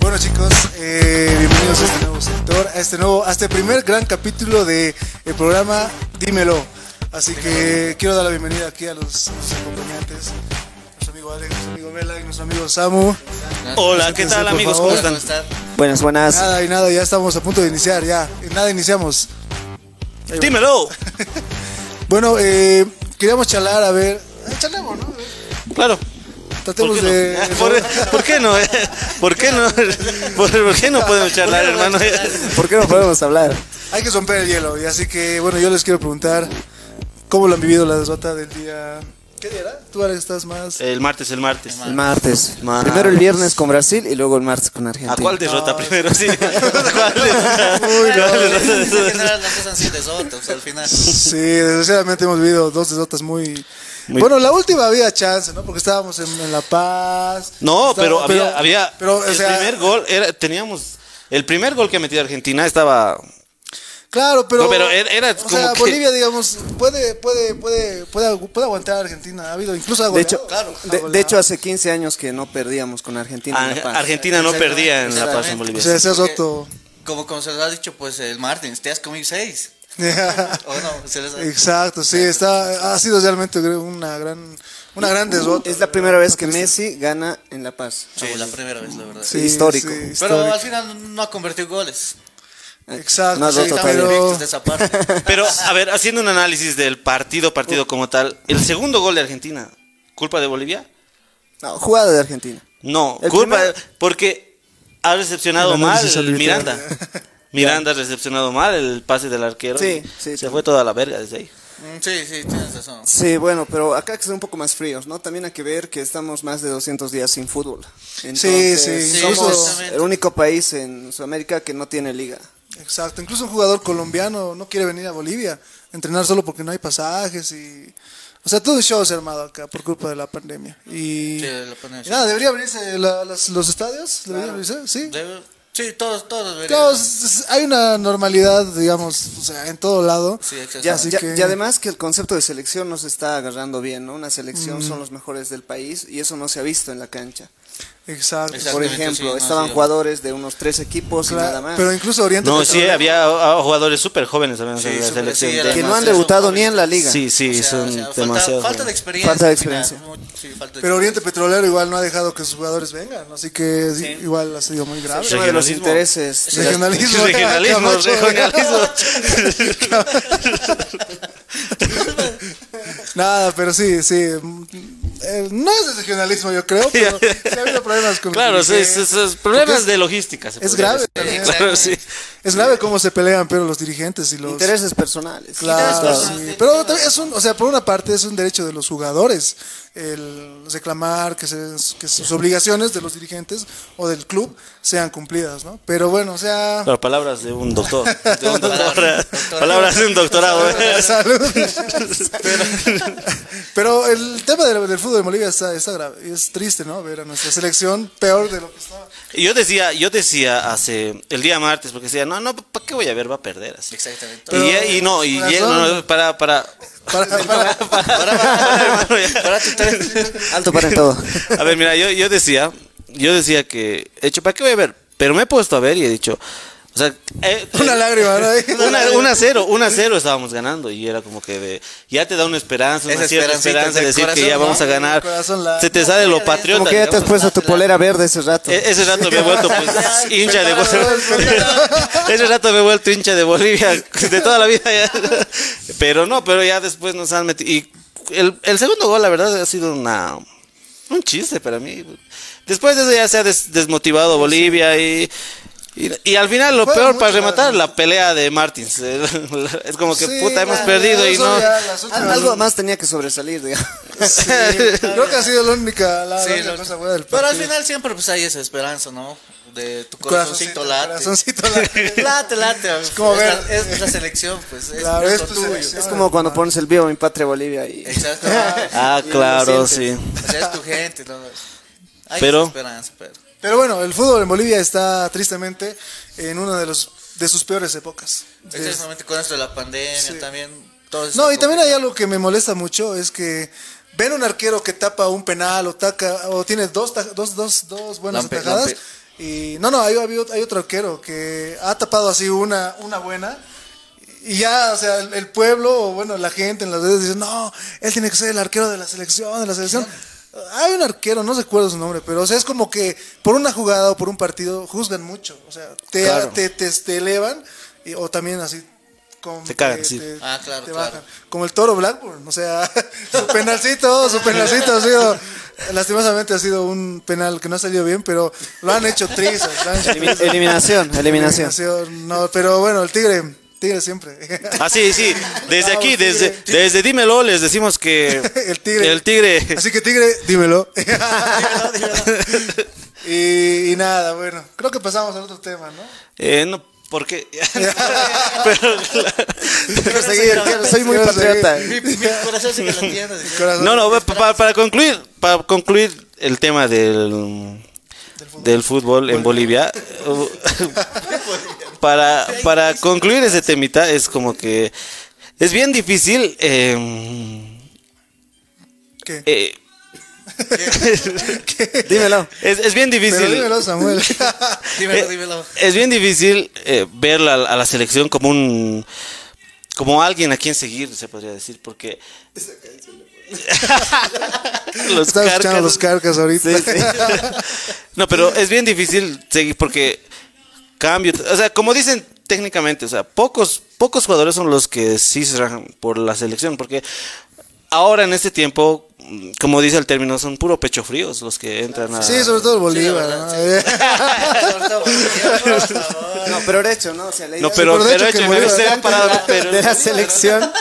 Bueno chicos, eh, bienvenidos a este nuevo sector, a este nuevo, a este primer gran capítulo de el programa Dímelo. Así que quiero dar la bienvenida aquí a los, a los acompañantes, nuestro amigo Alex, nuestro amigo Vela y nuestro amigo Samu. Hola, ¿qué tal por amigos? favor. ¿Cómo están? Buenas, buenas. Nada y nada, ya estamos a punto de iniciar, ya, en nada iniciamos. Dímelo. Bueno, eh, queríamos charlar, a ver, eh, charlemos, ¿no? Claro. Tratemos ¿Por qué, de... no? ¿Por, por qué no? eh? ¿Por qué no? ¿Por, por qué no podemos charlar, hermano? ¿Por qué no podemos hablar? Hay que romper el hielo, y así que, bueno, yo les quiero preguntar cómo lo han vivido la derrota del día... ¿Qué día era? Tú, Alex, estás más... El martes, el martes. El martes. Primero el viernes con Brasil y luego el martes con Argentina. ¿A cuál derrota primero? Sí. ¿Cuál derrota? ¿Cuál derrota? Sí, desgraciadamente hemos vivido dos derrotas muy... Bueno, la última había chance, ¿no? Porque estábamos en, en La Paz. No, pero Estábamos- había, había pero, o el sea, primer gol era, teníamos el primer gol que ha metido Argentina estaba Claro, pero... No, pero era- era o como sea, que- Bolivia, digamos, puede, puede, puede, puede, agu- puede aguantar a Argentina. Ha habido incluso ha De goleado. hecho, de, de hecho, hace 15 años que no perdíamos con Argentina. en La Paz. Argentina no perdía en La Paz en Exactamente. O Bolivia. sea, se ha Porque- roto. Como, como se les ha dicho, pues el Martins, te has comido seis. O no, se les ha Exacto, sí, está, ha sido realmente una gran, una gran desbota. Uh, Es la primera vez que Messi gana en La Paz. Sí, la primera vez, la verdad. Sí, histórico. sí, Pero histórico. al final no ha convertido goles. Exacto, No has sí, roto Estamos Pero- invictos de esa parte. Pero, a ver, haciendo un análisis del partido, partido como tal, el segundo gol de Argentina, ¿culpa de Bolivia? No, jugada de Argentina. No, El culpa primero- de- porque ha recepcionado El mal análisis arbitral. Miranda. Miranda ha recepcionado mal el pase del arquero. Sí, y sí, se sí. fue toda la verga desde ahí. Mm, Sí, sí, tienes razón. Sí, bueno, pero acá hay que ser un poco más fríos, ¿no? También hay que ver que estamos más de 200 días sin fútbol. Entonces, sí, somos exactamente. el único país en Sudamérica que no tiene liga. Exacto, incluso un jugador colombiano no quiere venir a Bolivia a entrenar solo porque no hay pasajes y... O sea, todo el show se ha armado acá por culpa de la pandemia. Y, Sí, la pandemia. y nada, debería abrirse la- las- los estadios, debería abrirse, sí. Debe- Sí, todos, todos deberían. Claro, es- es- hay una normalidad, digamos, o sea, en todo lado. Sí, exacto. Ya, Así ya- que- y además que el concepto de selección no se está agarrando bien, ¿no? Una selección son los mejores del país y eso no se ha visto en la cancha. Exacto. Exacto. Por Exactamente, sí, ejemplo, no, estaban sí, yo- jugadores de unos tres equipos y Claro, nada más. Pero incluso Oriente No, sí, Petrolero- había ah, jugadores súper jóvenes también Sí, en la súper, selección. sí, de- era que no han demasiado debutado jóvenes. ni en la liga. Sí, sí, O sea, son o sea, falta- demasiado. falta, de jóvenes. experiencia. Falta de al final. experiencia. Muy- sí, falta de Pero Oriente experiencia. Petrolero igual no ha dejado que sus jugadores vengan, así que sí, igual ha sido muy grave. Es uno de los Regionalismo. intereses. de las- Regionalismo. Ah, Regionalismo, Camacho. Nada, pero sí, sí. mm, eh, no es de regionalismo, yo creo, pero sí ha habido problemas con Claro, sí, dirigentes. sí, sí, problemas Porque de logística. se es podría grave decir. también. Claro, sí. Es grave cómo se pelean, pero los dirigentes y los... Intereses personales. Claro, personas sí. de- Pero también es un, o sea, por una parte es un derecho de los jugadores el reclamar que, se- que sus obligaciones de los dirigentes o del club sean cumplidas, ¿no? Pero bueno, o sea... Pero palabras de un doctor. De un doctor. Palabras de un doctorado. palabras de un doctorado. ¿eh? Salud. pero, pero el tema del, del fútbol de Bolivia está, está grave. Y Es triste, ¿no? Ver a nuestra selección peor de lo que estaba. Y Yo decía, yo decía hace el día martes, porque decía, no, no, ¿para qué voy a ver? Va a perder así. Exactamente. Y, ya- y no, y ya- no, no, para, para. Para, para- Para, hermano, ya. pues, Alto para en todo. A ver, mira, yo, yo decía, yo decía que, he hecho, ¿para qué voy a ver? Pero me he puesto a ver y he dicho, o sea, eh, una eh, lágrima, ¿no? Una, una cero, una cero estábamos ganando y era como que de, ya te da una esperanza, una Esa cierta esperancita esperanza de del decir que corazón, ya ¿no? vamos a ganar. El corazón la- Se te sale lo patriota. Como que ya te has digamos. puesto tu polera verde ese rato. E- ese rato me he vuelto pues, hincha de Bolivia. Perdón. ese rato me he vuelto hincha de Bolivia de toda la vida. ya. Pero no, pero ya después nos han metido. Y el, el segundo gol, la verdad, ha sido una, un chiste para mí. Después de eso ya se ha des- desmotivado Bolivia y. Y, y al final lo Fue peor mucho, para rematar la pelea de Martins. Es como que Sí, puta hemos ya, perdido y eso no. ya, las últimas- Al- Ah, Algo más tenía que sobresalir, digamos. Sí, creo que ha sido la única, la, Sí, la única lo- cosa buena del Pero al partido. final siempre pues hay esa esperanza, ¿no? De tu Corazoncito, corazoncito late. corazoncito late. Late, late. como es, ver- la, es la selección, pues. Es, Claro, es es lo tu tuyo. selección. Es como cuando pones el vivo Mi Patria Bolivia y... Exacto. Ah, Y lo claro, sí. sientes. o sea, es tu gente. ¿no? Hay Pero- esa esperanza, pero. este Pero bueno, el fútbol en Bolivia está tristemente en una de, los, de sus peores épocas. Desde- Exactamente con esto de la pandemia también. todo No, está y también complicado. hay algo que me molesta mucho, es que ven un arquero que tapa un penal o taca, o tiene dos, ta- dos, dos, dos buenas Lampe- atajadas lampe- Y no, no, hay, hay ot- hay otro arquero que ha tapado así una, una buena. Y ya, o sea, el, el pueblo, o bueno, la gente en las redes dice, no, él tiene que ser el arquero de la selección, de la selección. Hay un arquero, no recuerdo su nombre, pero o sea, es como que por una jugada o por un partido juzgan mucho. O sea, te, Claro. te, te- te elevan y- o también así... con- Te cagan, sí. Ah, claro, te claro. bajan. Como el toro Blackburn, o sea, su penalcito, su penalcito ha sido, lastimosamente ha sido un penal que no ha salido bien, pero lo han hecho trizas. lo han hecho trizas. Eliminación, eliminación. Eliminación, No, pero bueno, el tigre, tigre siempre. Ah, sí, sí. Desde Bravo, aquí, Tigre. desde, desde Dímelo, les decimos que el tigre. El tigre. Así que tigre, dímelo. y, y nada, bueno, creo que pasamos al otro tema, ¿no? Eh, no, ¿por qué? Pero, Quiero seguir, quiero- soy muy Quiero seguir. patriota. Mi, mi corazón sigue latiendo. El corazón no, no, pa- pa- para, concluir, para concluir el tema del del fútbol en Bolivia, para, para concluir ese temita es como que es bien difícil eh, ¿Qué? eh, ¿Qué? Dímelo. es, es bien difícil Pero dímelo, Samuel. Dímelo, Eh, dímelo. Es bien difícil eh, ver la- a la selección como un como alguien a quien seguir, se podría decir, porque los Estaba escuchando carcas- los carcas ahorita. no, pero es bien difícil seguir porque cambio, o sea, como dicen técnicamente, o sea, pocos pocos jugadores son los que sí se rajan por la selección, porque ahora en este tiempo, mm, como dice el término, son puro pecho fríos los que entran a Sí, sobre todo el Bolívar. verdad, ¿no? No, pero era hecho, ¿no? O sea, la idea No, pero, Por pero, Eh, de hecho que écheme, Bolívar- estoy parado, pero- de la selección,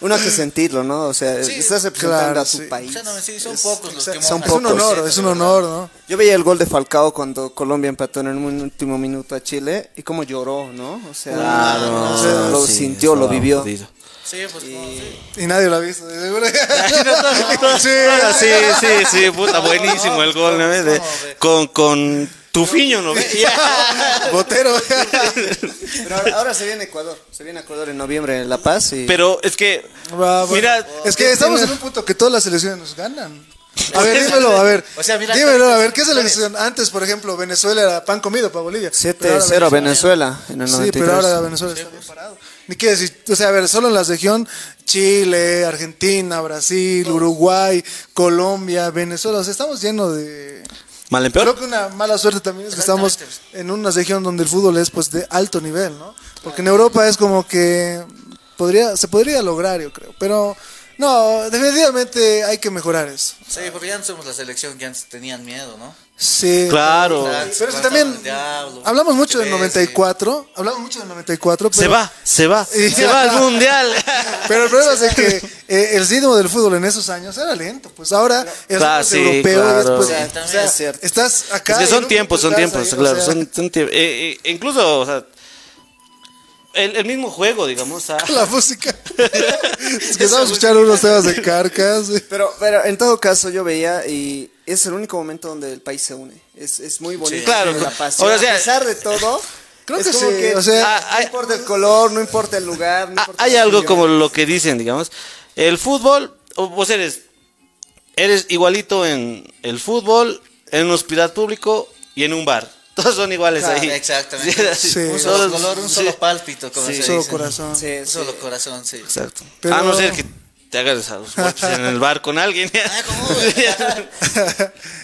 uno que sentirlo, ¿no? O sea, estás representando claro, a tu sí. O país. sea, no me sí, son pocos los que son Es un pocos. honor, es un honor, ¿no? Yo veía el gol de Falcao cuando Colombia empató en el mun- último minuto a Chile y cómo lloró, ¿no? O sea, Ah, Claro, o sea, lo Ah, sí, sintió, lo estaba vivió. jodido. Sí, pues como sí. Y nadie lo ha visto, de seguro. Sí. Ah, sí, sí, sí, puta, buenísimo el gol, ¿no? De- con, con Tufiño, ¿no? Botero. Pero ahora, ahora se viene Ecuador, se viene Ecuador en noviembre en La Paz y... Pero es que, Bravo. mira, es que estamos en un punto que todas las selecciones nos ganan. A ver, dímelo, a ver. O sea, mira- dímelo, a ver, ¿qué selección? Antes, por ejemplo, Venezuela era pan comido para Bolivia. pero ahora 7-0 Venezuela en el 93. Sí, pero ahora Venezuela está bien parado. Ni qué decir, o sea, a ver, solo en la región Chile, Argentina, Brasil, Uruguay, Colombia, Venezuela, o sea, estamos llenos de... mal en Creo peor. que una mala suerte también es que estamos en una región donde el fútbol es pues de alto nivel, ¿no? Porque en Europa es como que podría se podría lograr, yo creo, pero no, definitivamente hay que mejorar eso. Sí, porque ya no somos la selección que antes tenían miedo, ¿no? Sí. Claro. Pero es que también Diablo, hablamos mucho del ¿qué ves? 94, hablamos mucho del 94, pero se va, se va, Sí. se va al mundial. Pero el problema es de que eh, el ritmo del fútbol en esos años era lento. Pues ahora el Ah, fútbol sí, europeo claro. después. Sí, o también sea, es cierto. estás acá. Es que y son luego tiempos, son estás ahí, tiempos, o claro. sea, son, son tiempos. Eh, eh, incluso, o sea, el, el mismo juego, digamos. ah. La música. es que estamos escuchando unos temas de carcas. Pero, pero en todo caso yo veía y es el único momento donde el país se une. Es, es muy bonito. Sí, claro. La paz. O a sea, pesar de todo, Creo es que como sí, o sea- Ah, no hay- importa el color, no importa el lugar. No Ah, importa hay la algo religión. como lo que dicen, digamos. El fútbol, o- vos eres, eres igualito en el fútbol, en un hospital público y en un bar. Todos son iguales Claro, ahí. Ah, exactamente. así. Sí. Un solo Todos- color, un sí, solo pálpito, como se Solo dice, ¿no? corazón. Sí, Un sí. solo corazón, sí. Exacto. Pero- A no ser que te hagas a los golpes en el bar con alguien. Ah, ¿cómo?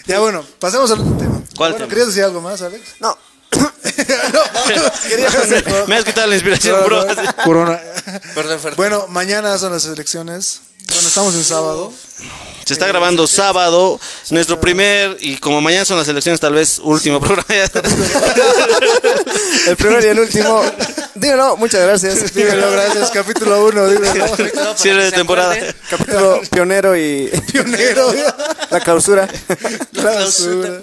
ya bueno, pasemos al otro tema. ¿Cuál Bueno, tema? ¿Querías decir algo más, Alex? No, Me has quitado la inspiración, bro. Corona. Perdón, Fer. Bueno, mañana son las elecciones. Bueno, estamos en sábado. Oh. Se está grabando sábado, nuestro primer, y como mañana son las elecciones, tal vez último programa. el primero y el último. Dímelo, muchas gracias. Dímelo, gracias. Capítulo 1, dímelo. Para Cierre que de se temporada. acuerde. Capítulo pionero y Pionero. la clausura. Clausura.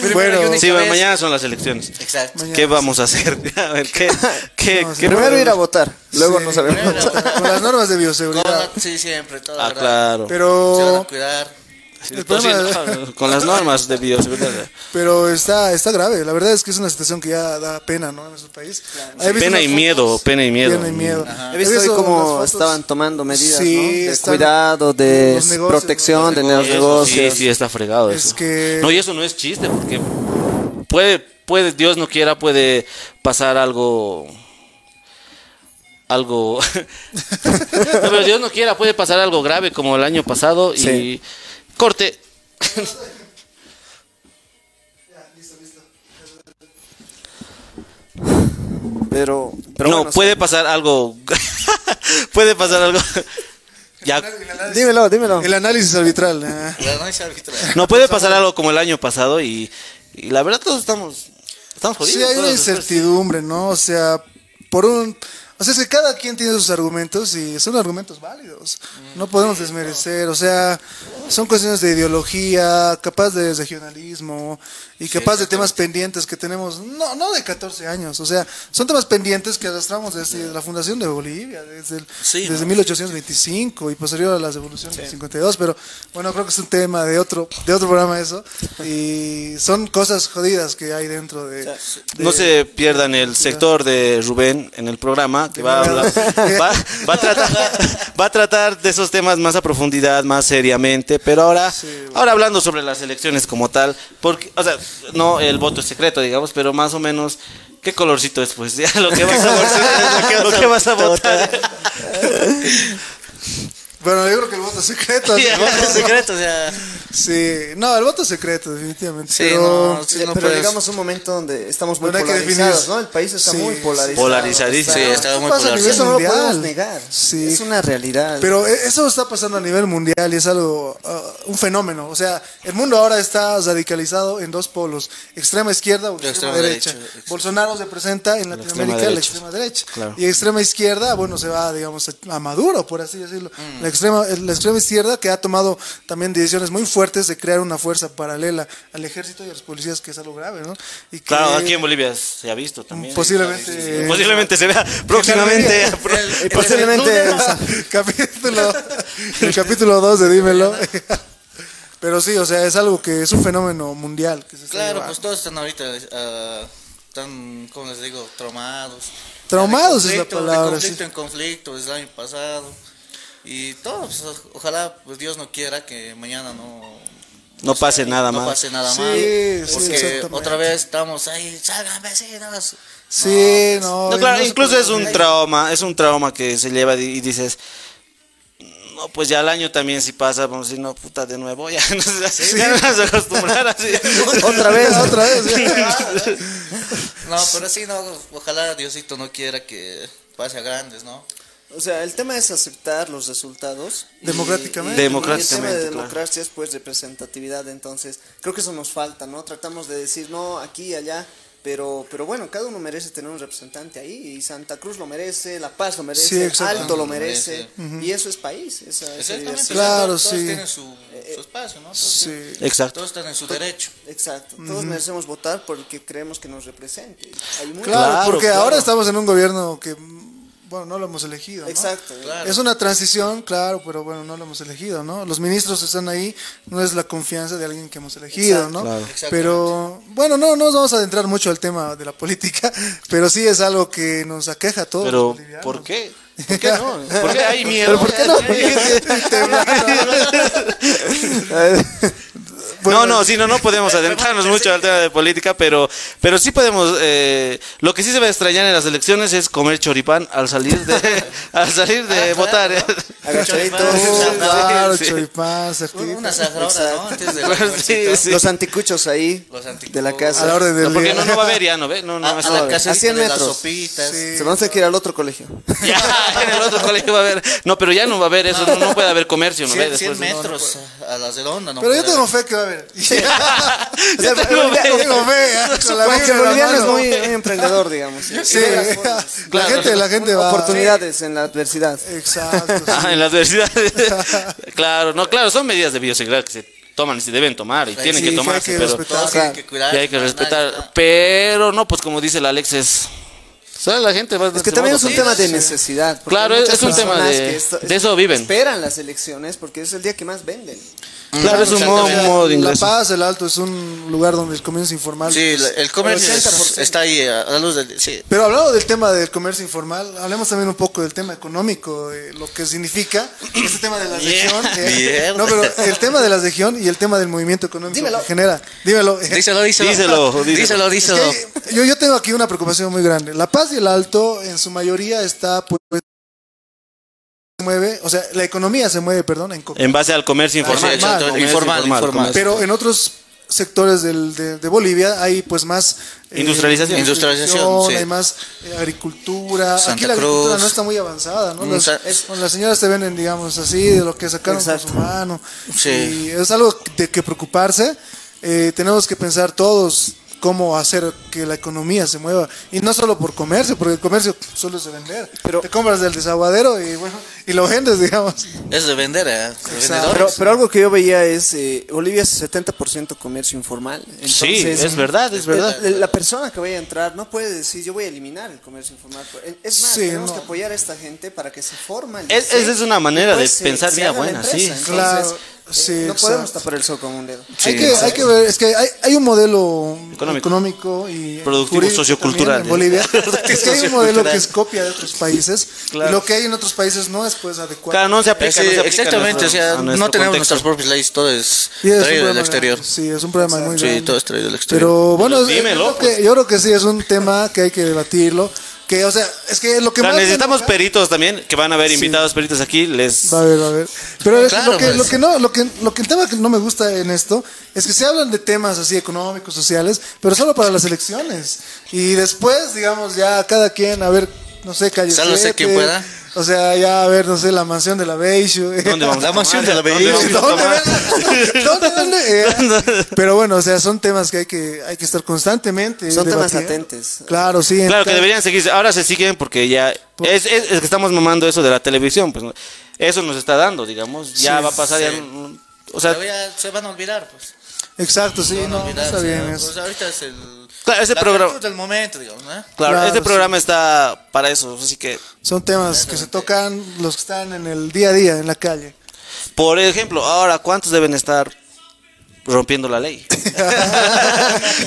Primera y Bueno, única Sí, vez. mañana son las elecciones. Exacto. ¿Qué vamos a hacer? A ver, ¿qué, qué, No, sí. qué- Primero ir a votar, luego Sí. no sabemos. Primero. con las normas de bioseguridad. Con- sí, siempre, toda Ah, verdad. claro. Se van Pero, a cuidar. el problema- Sí, no, con las normas de bioseguridad. pero está, está grave. La verdad es que es una situación que ya da pena, ¿no? En nuestro país. He visto Pena unas y fotos- miedo, pena y miedo. Pena y miedo. He visto hoy unas cómo fotos- estaban tomando medidas Sí, ¿no? de están- cuidado, de los negocios, protección de los los Eso negocios. sí, sí, está fregado Es eso. que- No, y eso no es chiste, porque puede puede, Dios no quiera, puede pasar algo. Algo. No, pero Dios no quiera, puede pasar algo grave como el año pasado y. Sí. Corte. Pero, pero no, bueno, puede pasar algo. puede pasar algo. ya. sí. Dímelo, dímelo. El análisis arbitral. ah. La noche arbitral. No puede pasar algo como el año pasado y, y la verdad todos estamos estamos jodidos. Sí, hay una todos, pues. incertidumbre, ¿no? O sea, por un... O sea, es que cada quien tiene sus argumentos y son argumentos válidos. No Mm. podemos desmerecer, o sea, son cuestiones de ideología, capaz de regionalismo y capaz de temas pendientes que tenemos, no, no de 14 años, o sea, son temas pendientes que arrastramos desde la fundación de Bolivia, desde, el- Sí, desde ¿no? 1825 y posterior a las devoluciones del 52, pero bueno, creo que es un tema de otro, de otro programa eso, y son cosas jodidas que hay dentro de... No se pierdan el sector de Rubén en el programa que va a hablar- va, va a tratar va a tratar de esos temas más a profundidad, más seriamente, pero ahora ahora hablando sobre las elecciones como tal, porque o sea, no el voto es secreto, digamos, pero más o menos qué colorcito es pues ya lo que vas a votar, lo que vas a votar. Bueno, yo creo que el voto secreto. ¿no? Ya. Bueno, secreto, o sea. Sí, no, el voto secreto, definitivamente. Sí, pero no, sí, Ya, no pero puedes- llegamos a un momento donde estamos muy Bueno, hay que polarizados, definir. ¿no? El país está Sí, muy sí. polarizado. Polarizadísimo. Sí, Está- estaba muy pasa a nivel Eso polarizado. no lo mundial. podemos negar. Sí. Es una realidad. pero e- eso está pasando a nivel mundial y es algo, ah, un fenómeno. O sea, el mundo ahora está radicalizado en dos polos, extrema izquierda o extrema, extrema derecha. derecha, ex- Bolsonaro se presenta en Latinoamérica la derecha. extrema derecha. Claro. Y extrema izquierda, bueno, se va, digamos, a- a Maduro, por así decirlo. La, extrema, la extrema izquierda que ha tomado también decisiones muy fuertes de crear una fuerza paralela al ejército y a los policías, que es algo grave, ¿no? Y que- Claro, aquí en Bolivia se ha visto también. Posiblemente. Posiblemente se vea próximamente. El- Y posiblemente capítulo, el capítulo 2 de Dímelo. Pero sí, o sea, es algo que es un fenómeno mundial. que se está Claro, llevando. pues todos están ahorita. ah, están, ¿cómo les digo? Traumados. Traumados es la Conflicto, de palabra, sí. conflicto en conflicto, desde el año pasado. Y todo, pues, ojalá, pues Dios no quiera que mañana no, no pase nada no más. pase nada Sí, mal. sí, Porque exactamente. otra vez estamos ahí, salgan vecinos. Sí, no. No, claro, no se incluso puede- es un trauma, es un trauma que se lleva di- y dices, no, pues ya al año también si pasa, vamos a decir, no, puta, de nuevo, ya nos, ya nos vamos a acostumbrar así. Otra vez, Otra vez. ya. No, pero sí, no, ojalá Diosito no quiera que pase a grandes, ¿no? O sea, el tema es aceptar los resultados. y- Democráticamente. y el tema Democráticamente, de claro. democracia es pues representatividad, entonces creo que eso nos falta, ¿no? Tratamos de decir no aquí, allá, pero pero bueno, cada uno merece tener un representante ahí y Santa Cruz lo merece, La Paz lo Sí, merece, exacto. Alto lo Lo merece. merece y eso es país, esa- esa Exactamente. diversidad. Claro, todos, sí. tienen su, su espacio, ¿no? Todos, Sí. Exacto. todos están en su derecho. Exacto, todos merecemos votar por el que creemos que nos represente. Hay muchos- Claro, Claro, porque claro. ahora estamos en un gobierno que, mm, bueno, no lo hemos elegido. ¿no? Exacto. Claro. Es una transición, claro, pero bueno, no lo hemos elegido, ¿no? Los ministros están ahí, no es la confianza de alguien que hemos elegido, Exacto. ¿no? Claro. Pero bueno, no, no nos vamos a adentrar mucho al tema de la política, pero sí es algo que nos aqueja a todos. los Pero, bolivianos. ¿por qué? ¿Por qué no? ¿Por qué hay miedo? ¿Pero por qué no? no, no, sí, no, no podemos adentrarnos mucho al tema de política, pero, pero sí podemos. eh, lo que sí se va a extrañar en las elecciones es comer choripán al salir de, al salir de Ah, claro, votar. ¿eh? ¿no? Agachaditos. Oh, Choripán, claro, Sí. choripán, Un- sartita. Una sagrada, ¿no? Antes de Claro, la sí, sí. Los anticuchos ahí Los anticuchos. de la A casa. la orden del No, porque día. no, no va a haber ya, ¿no ve? No, no, A, no, a la a casa 100 de las metros. sopitas. Sí. Se van a que ir al otro colegio. Ya, en el otro colegio va a haber. No, pero ya no va a haber eso, no, no puede haber comercio, ¿no? ve? 100, Después, ¿no? metros a las de onda, ¿no? Pero yo puede tengo haber. fe que va a haber. Yo tengo fe. Tengo fe, ¿eh? Con la Porque Biblia en el la boliviano es mano. muy, muy emprendedor, digamos. Sí, la Claro. gente, la gente va. Oportunidades en la adversidad. Exacto. sí. Ah, en la adversidad. claro, no, claro, son medidas de bioseguridad que se toman y se deben tomar y tienen sí, que que hay tomarse, que pero. respetar. Todos tienen que Y cuidar. hay que nadie- respetar. Pero no, pues como dice el Alex, es. ¿Sabes? La gente va Es que también es un Sí, tema de necesidad. porque Claro, hay es- muchas es un tema personas de- que esto- de eso viven. Esperan las elecciones porque es el día que más venden. Claro, es un modo, O sea, un modo de La ingreso. Paz, el Alto, es un lugar donde el comercio informal. Sí, la- el comercio es- 80%. está ahí a la luz del... Sí. Pero hablando del tema del comercio informal, hablemos también un poco del tema económico, eh, lo que significa este tema de la región. eh, Mierda. no, pero el tema de la región y el tema del movimiento económico Dímelo. que genera. Dímelo. eh. Díselo, díselo. Díselo, díselo. díselo. Es que díselo. yo, yo tengo aquí una preocupación muy grande. La Paz y el Alto, en su mayoría, está pues se mueve, o sea, la economía se mueve, perdón, en co- En base al comercio informal. sí, exacto, Comercio informal, informal. pero en otros sectores del- de, de Bolivia hay pues más eh, Industrialización. Industrialización, sí. hay más eh, agricultura aquí Santa la agricultura Cruz. no está muy avanzada no Mm, las, sa- es- las señoras te venden digamos así de lo que sacaron con su Exacto. mano Sí. y es algo de que preocuparse Eh, tenemos que pensar todos cómo hacer que la economía se mueva y no solo por comercio porque el comercio solo es de vender Pero- te compras del desaguadero y bueno y lo vendes digamos Es de vender, ¿eh? De vendedores. Pero, pero algo que yo veía es, eh, Bolivia es 70% comercio informal. Sí, entonces- eh, es verdad, es verdad. La, la persona que vaya a entrar no puede decir yo voy a eliminar el comercio informal. Es más, Sí, tenemos no. que apoyar a esta gente para que se formalice. Es- esa es una manera de Después pues se- pensar se bien haga la buena, empresa. sí. Entonces, Claro, eh, sí, no exacto. podemos tapar el sol con un dedo. hay, que, hay que ver, es que hay, hay un modelo Económico. económico, y Productivo, jurídico sociocultural. también en Bolivia. Productivo, es que hay un modelo sociocultural. que es copia de otros países. Claro. Y lo que hay en otros países no es pues adecuado. Claro, no se aplica. Eh, sí, no se aplica exactamente, a o sea, nuestro- a nuestro no tenemos contexto. nuestras propias leyes, todo es Y es un traído del problema exterior. grande, Sí, es un problema muy grande. Sí, todo es traído del exterior. Pero bueno, Pues es- dímelo, yo, creo que, yo creo que sí es un tema que hay que debatirlo. Que, o sea, es que lo que O sea, más me necesitamos enoja- peritos también, que van a haber invitados peritos aquí. Les... Va a ver, va a ver. Pero es- Claro, lo, que, pues. lo que no, lo que, lo que el tema que no me gusta en esto es que se hablan de temas así económicos, sociales, pero solo para las elecciones. Y después, digamos, ya cada quien, a ver, no sé, calle Sálvese siete, quien pueda. O sea, ya a ver, no sé, la mansión de la Beishu. ¿Dónde vamos? La a mansión tomar? de la ¿Dónde ¿Dónde, vamos a tomar? dónde? ¿Dónde, dónde? Eh, pero bueno, o sea, son temas que hay que, hay que estar constantemente. Son temas debatiendo. latentes. Claro, sí. Claro, que entonces- deberían seguirse. Ahora se siguen porque ya. Es, es- es que estamos mamando eso de la televisión. pues ¿no? Eso nos está dando, digamos. Ya Sí, va a pasar. ya sí. no- o sea, Pero ya se van a olvidar, pues. Exacto, sí, Se van a no, no olvidar, está o sea, bien. pues eso. ahorita es el... Claro, ese la programa- actitud del momento, digamos, ¿no? claro, claro, este sí. programa está para eso. Así que, Son temas que se tocan los que están en el día a día, en la calle. por ejemplo, ahora, ¿cuántos deben estar rompiendo la ley?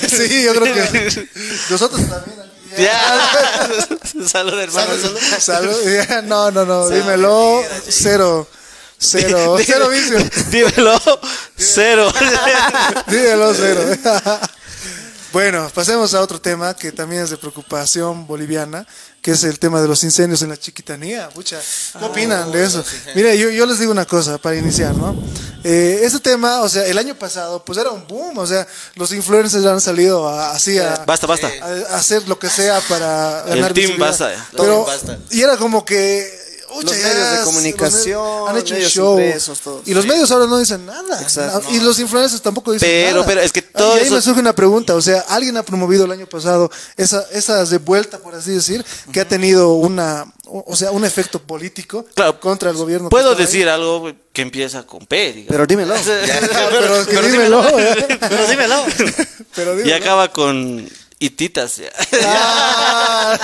sí, yo creo que nosotros también. ya. Salud, hermano. Salud, salud. Ya, No, no, no, dímelo. Cero. Cero. Dí- Cero vicio. Dímelo. Cero. Dímelo, cero. Bueno, pasemos a otro tema que también es de preocupación boliviana, que es el tema de los incendios en la chiquitanía. Pucha, ¿qué opinan de eso? Mire, yo, yo les digo una cosa para iniciar, ¿no? Eh, este tema, o sea, el año pasado, pues era un boom, o sea, los influencers han salido a- así a, Basta, basta. a- a hacer lo que sea para ganar team visibilidad. basta, eh. El Pero, team basta. y era como que ucha, Los ya medios de los comunicación, han hecho un medios show impresos, todos. y los medios ahora no dicen nada Exacto. y los influencers tampoco dicen Pero, nada pero, es que Ah, y todo ahí eso- me surge una pregunta o sea alguien ha promovido el año pasado esa esa revuelta por así decir que ha tenido una o o sea un efecto político Claro. contra el gobierno que Puedo estaba ahí? decir algo que empieza con P, digamos. Pero dímelo. Ah, pero, es que dímelo, ¿eh? Pero dímelo. Pero Y dímelo. acaba con ititas. ya. Ah.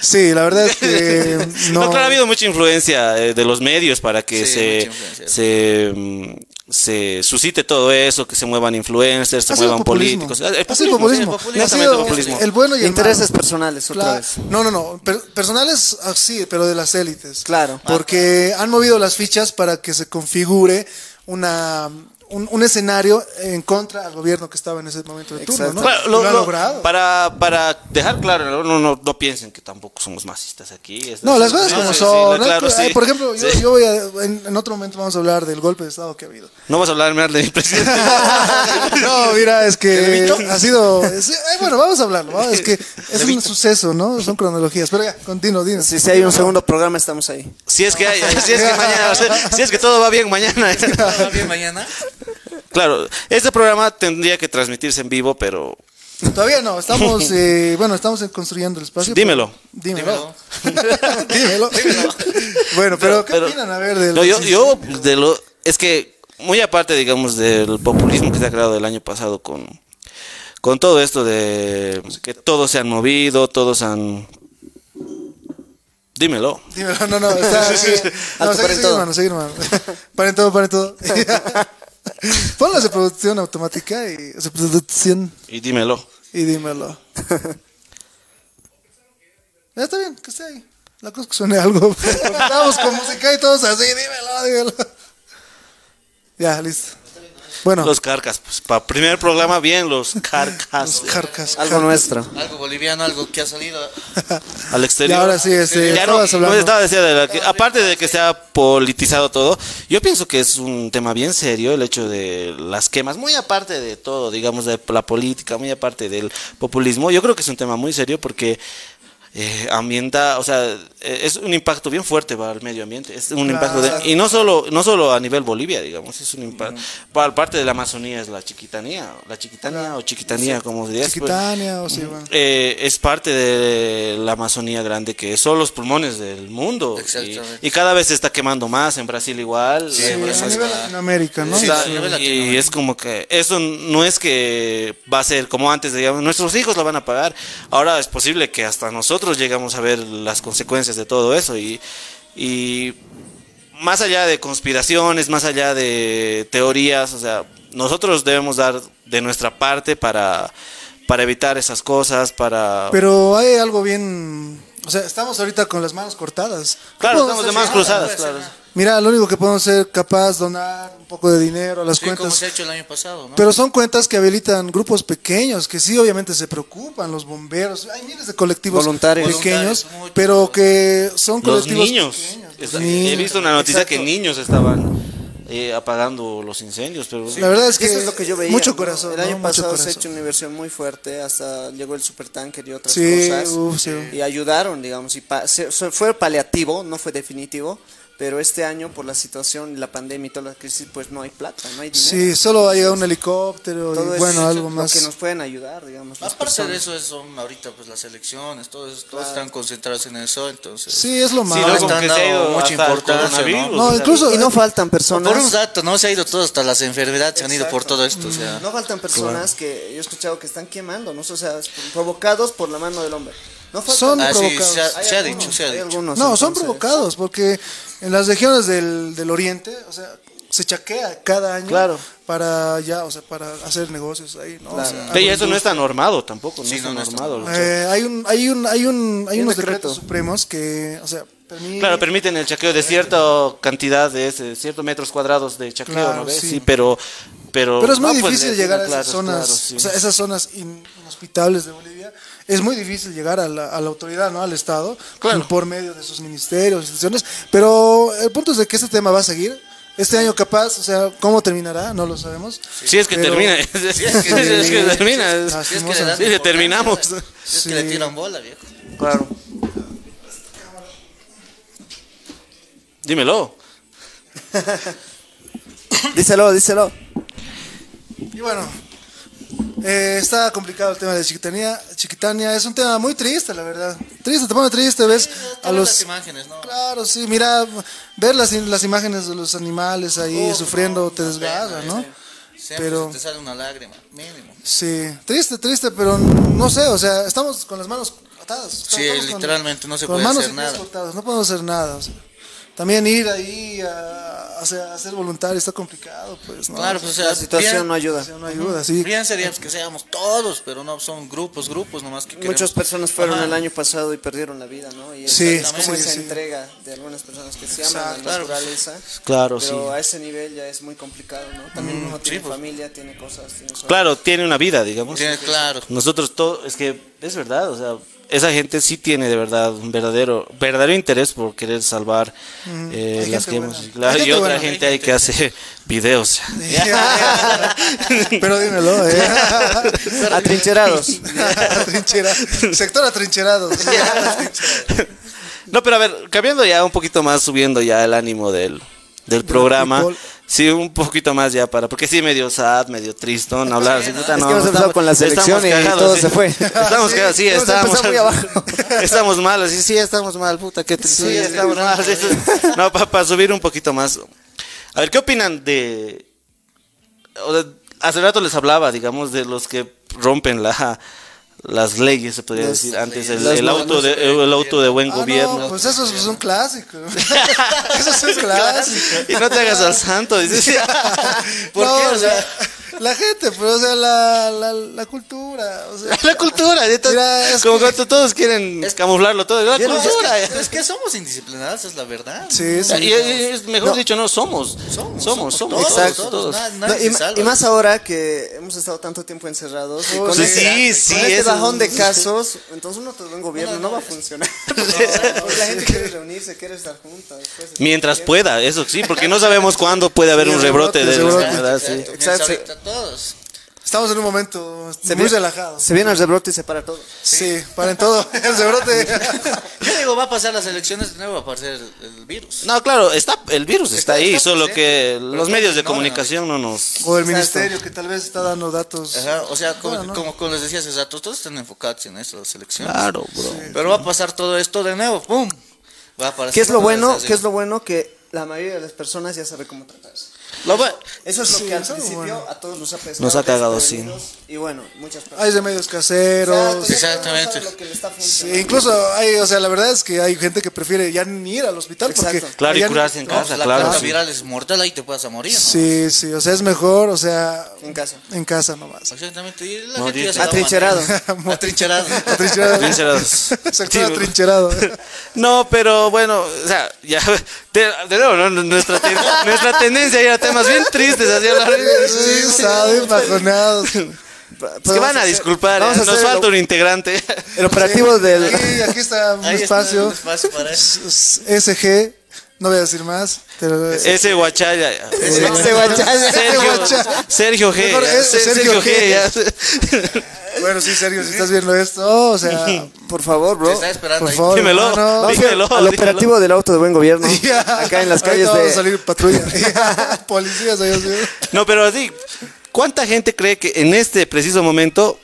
sí la verdad es que No, no, claro, ha habido mucha influencia eh, de los medios para que Sí, mucha se, influencia. se, mm, se suscite todo eso, que se muevan influencers, se Ha sido muevan populismo. políticos. Ha El sido populismo. sí, el Ha sido Exactamente, populismo. El bueno y el Intereses malo. personales, otra Cla- vez. No, no, no. per- personales ah, sí, pero de las élites. Claro. Porque han movido las fichas para que se configure una un, un escenario en contra al gobierno que estaba en ese momento de turno, Exacto. ¿no? Claro, Y lo- lo ha lo- logrado. Para, para dejar claro, no, no, no, no piensen que tampoco somos masistas aquí. es- No, las cosas sí, como sí, son. sí, ¿no? claro, sí. Ay, Por ejemplo, yo, Sí. yo voy a- en, en otro momento vamos a hablar del golpe de Estado que ha habido. No vas a hablar mal de mi presidente. no, mira, es que ha sido... es- eh, bueno, vamos a hablarlo. ¿no? Es que es un suceso, ¿no? Son cronologías. Pero ya, continuo, dino. Si, si hay un segundo programa, estamos ahí. Si es que hay- si es que mañana, si es que todo va bien mañana. ¿Todo va bien mañana? Claro, este programa tendría que transmitirse en vivo, pero Todavía no, estamos, eh, bueno, estamos en- construyendo el espacio. Dímelo. Dímelo. Dímelo. Bueno, pero, ¿qué pero- opinan? A ver, de No, yo, los- yo de lo es que muy aparte digamos del populismo que se ha creado el año pasado con con todo esto de que todos se han movido, todos han Dímelo. Dímelo, no, no, está. No, Alto, sigue, paren sigue, todo. hermano, sigue, hermano. Paren todo, paren todo. Ponlas de producción automática y. o sea, producción Y dímelo. y dímelo. Ya está bien, que esté ahí. La cosa es que suene algo. Porque Estábamos con música y todos así, dímelo, dímelo. Ya, listo. Bueno, los Los carcas, pues. Para primer programa, bien, los carcas. carcas. Algo nuestro. Algo boliviano, algo que ha salido. al Y exterior. ahora sí, este, Ya no, estabas pues, hablando. estaba diciendo de la que- aparte de que se ha politizado todo, yo pienso que es un tema bien serio el hecho de las quemas, muy aparte de todo, digamos, de la política, muy aparte del populismo, yo creo que es un tema muy serio porque eh, ambienta, o sea, eh, es un impacto bien fuerte para el medio ambiente, es un impacto de- y no solo no solo a nivel Bolivia, digamos, es un impacto para parte de la Amazonía es la chiquitanía, la chiquitanía o chiquitanía como dirías, pues. Chiquitania, o sí, bueno. Eh, es parte de la Amazonía grande, que son los pulmones del mundo. Exactamente. Y, y cada vez se está quemando más, en Brasil igual. Sí, en a Brasil nivel está- Latinoamérica, ¿no? Sí, está- sí, a nivel y Latinoamérica. es como que eso no es que va a ser como antes, digamos, nuestros hijos lo van a pagar. Ahora es posible que hasta nosotros llegamos a ver las consecuencias de todo eso y- y más allá de conspiraciones, más allá de teorías, o sea, nosotros debemos dar de nuestra parte para, para evitar esas cosas, para... Pero hay algo bien. O sea, estamos ahorita con las manos cortadas. claro, ¿Cómo estamos de vas a manos hacer nada? cruzadas, claro. Mira, lo único que podemos ser capaz donar un poco de dinero a las Sí, como cuentas. se ha hecho el año pasado, ¿no? Pero son cuentas que habilitan grupos pequeños, que sí, obviamente se preocupan, los bomberos, hay miles de colectivos Voluntarios. pequeños, Voluntarios, muchos. pero que son Los colectivos niños. pequeños, los Está- He niños. visto una noticia Exacto. que niños estaban eh, apagando los incendios, pero... La verdad es Es que que, eso es lo que yo veía. mucho ¿no? corazón. El ¿no? año Mucho pasado se ha corazón. hecho una inversión muy fuerte, hasta llegó el supertanker y otras Sí, cosas. uf, sí. Y ayudaron, digamos, y pa- se- se- fue paliativo, no fue definitivo, pero este año por la situación, la pandemia y toda la crisis, pues no hay plata, no hay dinero. Sí, solo ha llegado un helicóptero Todo y es bueno, algo lo más. que nos pueden ayudar, digamos. las Aparte de personas. eso, es- son ahorita pues las elecciones, todo eso, todos están concentrados en eso, entonces. Sí, es lo Sí, malo. luego están que se ha Ah, dando ido mucha hasta el importancia, coronavirus, No, o sea, incluso- Y no faltan personas. Por un rato, ¿no? Se ha ido todo, hasta las enfermedades se han ido por todo esto, o sea. No faltan personas que yo he escuchado que están quemando, ¿no? O sea, provocados por la mano del hombre. No faltan. Son Ah, sí, provocados. se ha, Hay se ha algunos, dicho, se ha hay dicho. algunos, No, son entonces. provocados porque en las regiones del, del oriente, o sea, se chaquea cada año Claro. para ya, o sea, para hacer negocios ahí, ¿no? O sea, Ve, y eso no está normado tampoco, no Sí, está no, no está normado. o sea. Eh, hay un, hay un, hay un, hay un unos decreto. decretos supremos que, o sea, permiten. Claro, permiten el chaqueo de cierta cantidad de ese, ciertos metros cuadrados de chaqueo, Claro, ¿no ves? sí. Sí, pero, pero... pero es muy no, pues, difícil le- llegar a claro, esas zonas, claro, sí. o sea, esas zonas in- inhospitables de Bolivia. Es muy difícil llegar a la, a la autoridad, ¿no? Al Estado, por medio de sus ministerios, instituciones. Pero el punto es de que este tema va a seguir. Este año capaz, o sea, ¿cómo terminará? No lo sabemos. Si es que Pero- termina, si es que, si es que termina, Así si Si es que le dan Sí, le importancia, terminamos. Si es que le Sí. tiran bola, viejo. Claro. Dímelo. Díselo, díselo. Y bueno, eh, está complicado el tema de Chiquitania. Chiquitania es un tema muy triste, la verdad. Triste, te pone triste, ves a las los... imágenes, ¿no? Claro, sí, mira, ver las, las imágenes de los animales ahí Uf, sufriendo no, te una desgarra, pena, ¿no? sí. Siempre Pero- se te sale una lágrima, mínimo. Sí, triste, triste, pero no sé, o sea, estamos con las manos atadas. Sí, estamos con- literalmente, no se con puede manos hacer y pies nada. cortados, no podemos hacer nada. o sea. También ir ahí a, a ser- a ser voluntario está complicado, pues, ¿no? Claro, pues, o sea, La situación bien- no ayuda. No ayuda, sí. Bien sería pues, que seamos todos, pero no son grupos, grupos nomás que queremos- Muchas personas fueron Ajá. el año pasado y perdieron la vida, ¿no? Y es- Sí, es como sí, esa sí. entrega de algunas personas que se aman a la Exacto. naturaleza. Claro, pero a ese nivel ya es muy complicado, ¿no? También uno tiene familia, tiene cosas, tiene cosas. Claro, tiene una vida, digamos. Tiene- claro. Nosotros todo, es que es verdad, o sea, esa gente sí tiene de verdad un verdadero, verdadero interés por querer salvar eh, Hay las gente quemas. buena. Claro, Hay y gente otra buena. gente hay que hace videos. Pero dímelo, ¿eh? Atrincherados. Atrinchera- Sector atrincherado. Ah, No, pero a ver, cambiando ya un poquito más, subiendo ya el ánimo del, del programa. fútbol. Sí, un poquito más ya para, porque sí, medio sad, medio tristón, hablar. así, puta, Es que no, hemos estamos- empezado con la estamos selección y cagados, todo sí. se fue. Estamos Sí, cagados, sí, hemos estamos, empezado muy abajo. estamos mal, así, sí, estamos mal, puta, qué triste. Sí, estamos mal. sí, sí. No, para, subir un poquito más. A ver, ¿qué opinan de... o de- hace rato les hablaba, digamos, de los que rompen la... las leyes, se podría Las decir, antes leyes. el, Las el auto normas de, de el auto de buen Ah, gobierno. no, pues eso es un clásico. eso es un clásico. Y no te hagas al santo, dices. ¿Por No, qué? O o sea, sea, la gente, pues, o sea, la, la, la cultura. O sea, la cultura, ya está- Mira, es como que- cuando todos quieren camuflarlo todo, la No, Pues es, cultura. ¿eh? que, es que somos indisciplinados, es la verdad. sí, sí. Y- y- y- mejor No. dicho, no somos, Somos, somos, somos, somos todos, Exacto. todos, Nada- No, nadie y, se ma- salva. y más ahora que hemos estado tanto tiempo encerrados. y con Sí, este, sí, con este eso- bajón de casos, entonces uno te en gobierno, No, no, no, va a es- funcionar. Porque la gente quiere reunirse, quiere estar pues. junta. después de- Mientras pueda, eso sí, porque no sabemos cuándo puede haber un rebrote de la rebrote. enfermedad, sí. Exacto, Exacto. piensa ahorita todos. Estamos en un momento Se muy viene- relajado. Se viene el rebrote y se para todo. Sí, para en todo. El rebrote. Yo digo, va a pasar las elecciones de nuevo, va a aparecer el, el virus. No, claro, está, el virus está, Está- ahí, está solo presente, que pero los está medios de ignorado. comunicación no nos... O el ministerio que tal vez está dando datos. Ajá, o sea, como, Bueno, no. como, como les decía hace rato, todos están enfocados en eso, las elecciones. Claro, bro. Pero va a pasar todo esto de nuevo, ¡pum! Va a aparecer ¿Qué es lo otra vez bueno? así. ¿Qué es lo bueno? Que la mayoría de las personas ya sabe cómo tratarse. Lo bu- Eso es lo Sí, que al eso es principio bueno. a todos nos ha pesado. Nos ha cagado, desprevenidos, Y bueno, muchas personas. Hay remedios caseros. Exacto. Exactamente. Lo que le está Sí, funcionando. incluso hay, o sea, la verdad es que hay gente que prefiere ya ni ir al hospital Exacto. porque Claro, y ya- curarse en No, pues casa, la claro. planta sí. viral es mortal, ahí te puedas a morir. ¿no? Sí, sí, o sea, es mejor, o sea, En casa. en casa nomás. Exactamente. Y la No, gente dice- ya se va a Atrincherado. matar. Atrincherado. Atrincherado. Atrincherados. Sí, Sector bro. atrincherado. No, pero bueno, o sea, ya, de, de nuevo, ¿no? nuestra, ten- nuestra tendencia era temas bien tristes hacia la Sí, saben, bajonados. Es que van a disculpar, Vamos ¿eh? a nos hacer falta el- un integrante. El operativo del. Aquí, aquí está un Ahí está espacio. un espacio para eso. SG, no voy a decir más. Pero, este Ese guachaya. ya. Ese guachaya. Sergio, Sergio G. Mejor ya. es Se- Sergio Sergio G. bueno, sí, Sergio, si estás viendo esto, oh, o sea, Por favor, Te bro. está esperando por ahí. favor. Dímelo. hermano. Vamos a- Dímelo, al dímelo. operativo del auto de buen gobierno. Acá en Ahorita las calles vamos a de. salir patrulla. Policías, ahí, así. No, pero así, ¿cuánta gente cree que en este preciso momento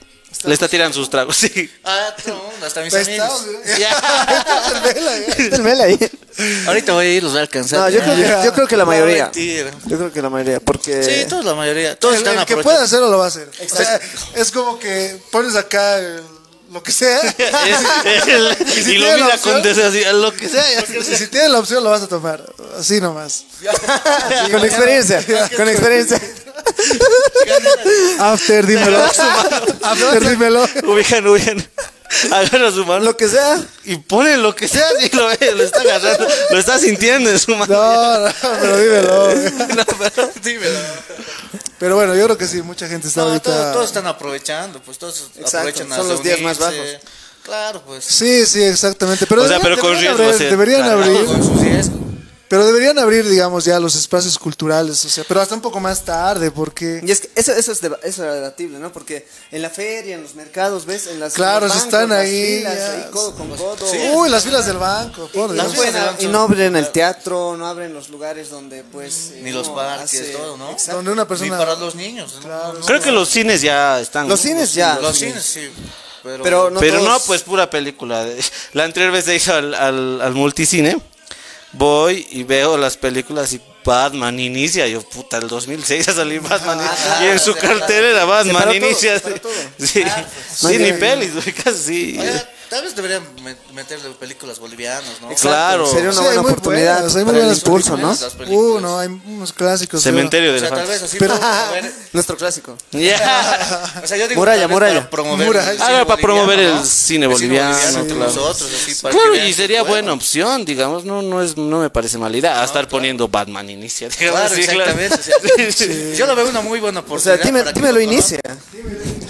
le está tirando sus tragos? Sí. Ah, todo el mundo, hasta mis Pestados, amigos. ¿eh? Del ahí. Ahorita voy a ir, los voy a alcanzar. No, yo creo, que, yo creo que la No, mayoría. Eh, mentira. Yo creo que la mayoría, porque. Sí, todos la mayoría. Todos El, están el que aprovechando. pueda hacerlo lo va a hacer. O sea, es como que pones acá el- lo que sea. Es- el- Y si y tiene lo la mira opción- con deseo, así, a lo que sea. ya. Si, si tienes la opción, lo vas a tomar. Así nomás. con experiencia. con experiencia. After, dímelo. After, dímelo. Ubican, ubican. Agarra su mano Lo que sea. y pone lo que sea y lo, ve, lo está agarrando, lo está sintiendo en su mano. No, no, pero dímelo. No, pero- Dímelo. Pero bueno, yo creo que sí, mucha gente está No, ahorita. todos, todos están aprovechando, pues todos Exacto, aprovechan a son los días más reunirse. Claro, pues. Sí, sí, exactamente. Pero O sea, deberían, pero con deberían riesgo, abrir, o sea, deberían claro. abrir, Con sus riesgos. pero deberían abrir, digamos, ya los espacios culturales, o sea, pero hasta un poco más tarde, porque Y es que eso, eso, es deba- eso era debatible, ¿no? Porque en la feria, en los mercados, ¿ves? En las Claro, en los si están bancos, las ahí, filas, ya. ahí codo con codo. uy, las filas del banco, por Y, Dios. no filas pueden- del banco. y no abren el teatro, no abren los lugares donde, pues. eh, Ni los uno parques, hace- todo, ¿no? Exacto. Donde una Ni persona para los niños. ¿no? Los- Creo que los cines ya están. Los ¿no? cines ya. Los cines, sí. Pero, Pero no Pero todos- no, pues pura película. La anterior vez de ir al, al, al multicine, voy y veo las películas y Batman inicia. Yo, puta, el 2006 ha salido Batman. y en su cartera era Batman paró todo, inicia. se paró todo. Sí, No sí hay ni que- pelis, güey, casi. sí. Oiga, tal vez deberían me- meterle películas bolivianas, ¿no? Claro. Sería una Sí, hay buena muy oportunidad. buenas, hay muy para el buenas impulso, ¿no? películas. Las películas. Uh, no, hay unos clásicos. pero- Cementerio O de sea, tal elefantes. vez así. Pero- para promover- Nuestro clásico. Ya. O sea, yo digo Muralla, tal vez muralla. Para promover Muralla. el Ah, cine para promover boliviano, el cine boliviano, entre claro. nosotros, así, para que Claro, vean y que sería buena podemos. opción, digamos, no no es no me parece mala idea a estar poniendo Batman inicia. digamos, Claro, sí, claro. exactamente. o sea, Yo lo veo una muy buena O sea, oportunidad. dime, para que dime lo lo conozcan. inicia.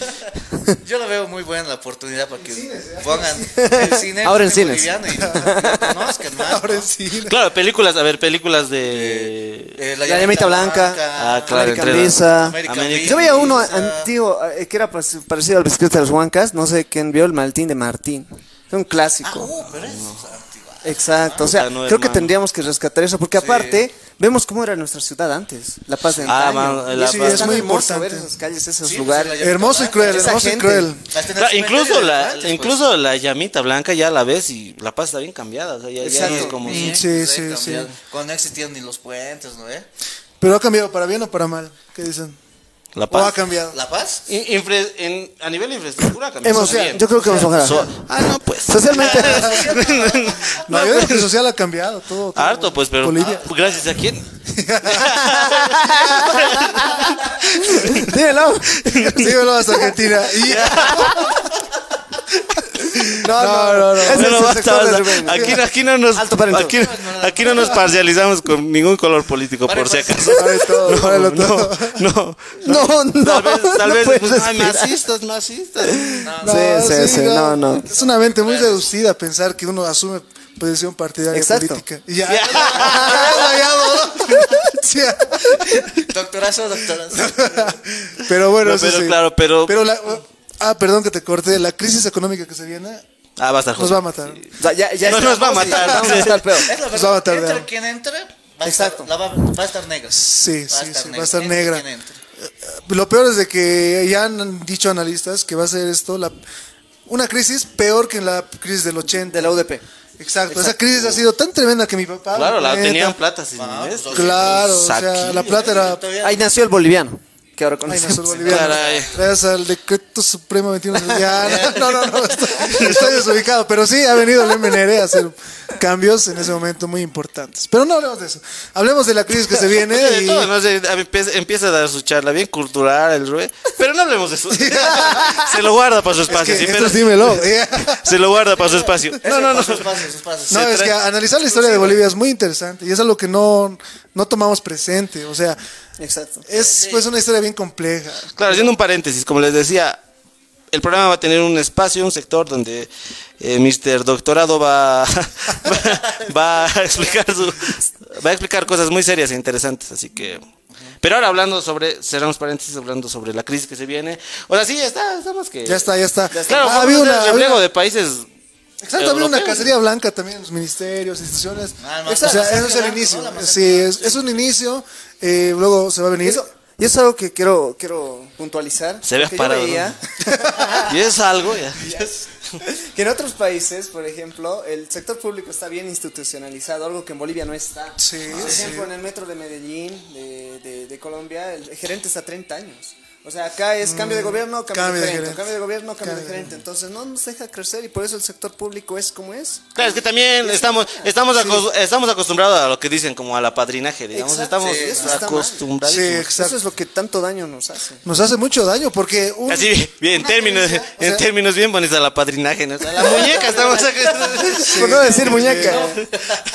Yo la veo muy buena la oportunidad para que pongan el cine Ahora en cines. boliviano y lo conozcan más. Ahora ¿no? sí. Claro, películas, a ver, películas de Eh, La llamita blanca. Ah, claro, American entre- Lisa. American American- Lisa. Yo veía uno antiguo eh, que era pas- parecido al bicicleta de los Huancas. No sé quién vio el Maltín de Martín. Es un Ah, clásico. uh, pero es antigua. Exacto. O sea, Ah, no, creo que hermano. tendríamos que rescatar eso. Porque aparte, vemos cómo era nuestra ciudad antes. La paz de Ah, antaño. mano, Y La eso ya Paz. es Es muy muy hermoso ver importante. esas calles, esos Sí, pues, lugares. la- Hermoso y cruel, Esa hermoso y gente. cruel. Hasta en el Claro, cementerio Ah, incluso de la elefantes, incluso la llamita blanca ya la ves y la paz está bien cambiada, o sea, ya, ya no es Exacto. como pues. Sí, pues, sí, ahí sí. cambiaron. Cuando no existían ni los puentes, ¿no? eh? Pero ha cambiado para bien o para mal, ¿qué dicen? La ¿O ha Paz. cambiado? ¿La Paz? In- infra- en- a nivel de infraestructura cambió. Hemos- está bien. yo creo que hemos mejorado. So- ah, no, pues. Socialmente. La vida social ha cambiado todo. todo. Harto, pues, pero. Bolivia. ah, gracias a quién. Dímelo. Dímelo hasta Argentina. Y No, no, no. Ese Bueno, es el basta, sector de basta. Rubén. Aquí, aquí no nos, Alto para el aquí, aquí no nos parcializamos con ningún color político, Pare, por si pare. acaso. para todo, para lo No, todo. no. No, no. Tal vez, tal no vez, puedes pues, ay, respirar. masistas, masistas. No, Sí, sí, sí, no, no. Es una mente muy reducida pensar que uno asume posición partidaria Exacto. política. Y ya. Sí, ya. Doctorazo, doctorazo. pero bueno, No, eso pero sí. claro, pero- Pero la- ah, perdón que te corté. La crisis económica que se viene Ah, va a estar nos va a matar. O sea, ya, ya No estamos nos va a y matar. Vamos a estar peor. Es la Pues verdad, va a tardar. Entre quien entre, va a, Exacto. estar, la va, va a estar negra. Sí, sí, sí, va a estar Entre negra. Este quien entre. Lo peor es de que ya han dicho analistas que va a ser esto la, una crisis peor que la crisis del 80. De la UDP. Exacto, esa crisis ha sido tan tremenda que mi papá. Claro, la Ah, neta, tenían plata sin Ah, esto. Claro, o sea, Saquillo, la plata era. Todavía- Ahí nació el boliviano, que ahora Ay, conocemos. nación boliviana. Caray. Gracias al decreto supremo 21. Ya, no, no, no, estoy, estoy desubicado. Pero sí, ha venido el MNR a hacer cambios en ese momento muy importantes. Pero no hablemos de eso. Hablemos de la crisis que se viene. Oye, de y- todo, no sé, a- empieza, empieza a dar su charla bien cultural, el Rubén. Pero no hablemos de eso. se lo guarda para su Es que espacio. sí, esto pero- dímelo. se lo guarda para su espacio. No, no, no. Sus pasos, sus pasos. No, Se es trae- que analizar la historia de Bolivia es muy interesante y es algo que no, no tomamos presente. O sea, Exacto. es pues una historia bien compleja. Claro, haciendo un paréntesis, como les decía, el programa va a tener un espacio, un sector donde eh, Mr. Doctorado va, va, a explicar su- va a explicar cosas muy serias e interesantes, así que... Pero ahora hablando sobre, cerramos paréntesis, hablando sobre la crisis que se viene. O sea, sí, está, está más que... Ya está, ya está. Claro, Ah, fue había un una- reflejo había- de países... Exacto, había una europeos. cacería blanca también en los ministerios, instituciones. Ah, no, o está- sea, está eso es el blanco, inicio. ¿no? La Sí, es, es un inicio. eh, luego se va a venir. Eso, y eso es algo que quiero, quiero puntualizar. Se ve porque yo parado, veía Y es algo... ya. que en otros países, por ejemplo, el sector público está bien institucionalizado, algo que en Bolivia no está. Sí, Por sí. ejemplo, en el metro de Medellín, de, de- de Colombia, el gerente está 30 años. O sea, acá es cambio de gobierno, Mm. cambio, de gerente, cambio de gobierno, cambio, de gerente. Entonces no nos deja crecer y por eso el sector público es como es. Claro, es que también estamos, estamos, acos- estamos acostumbrados a lo que dicen como al apadrinaje, digamos. Exacto, estamos sí, eso está mal. acostumbrados. Sí, Eso exacto. es lo que tanto daño nos hace. Nos hace mucho daño porque. un- Así, bien, bien, en términos, en sea- términos bien bonitos, la padrinaje, ¿no? O sea, la muñeca, estamos Sí, Por no decir sí. muñeca.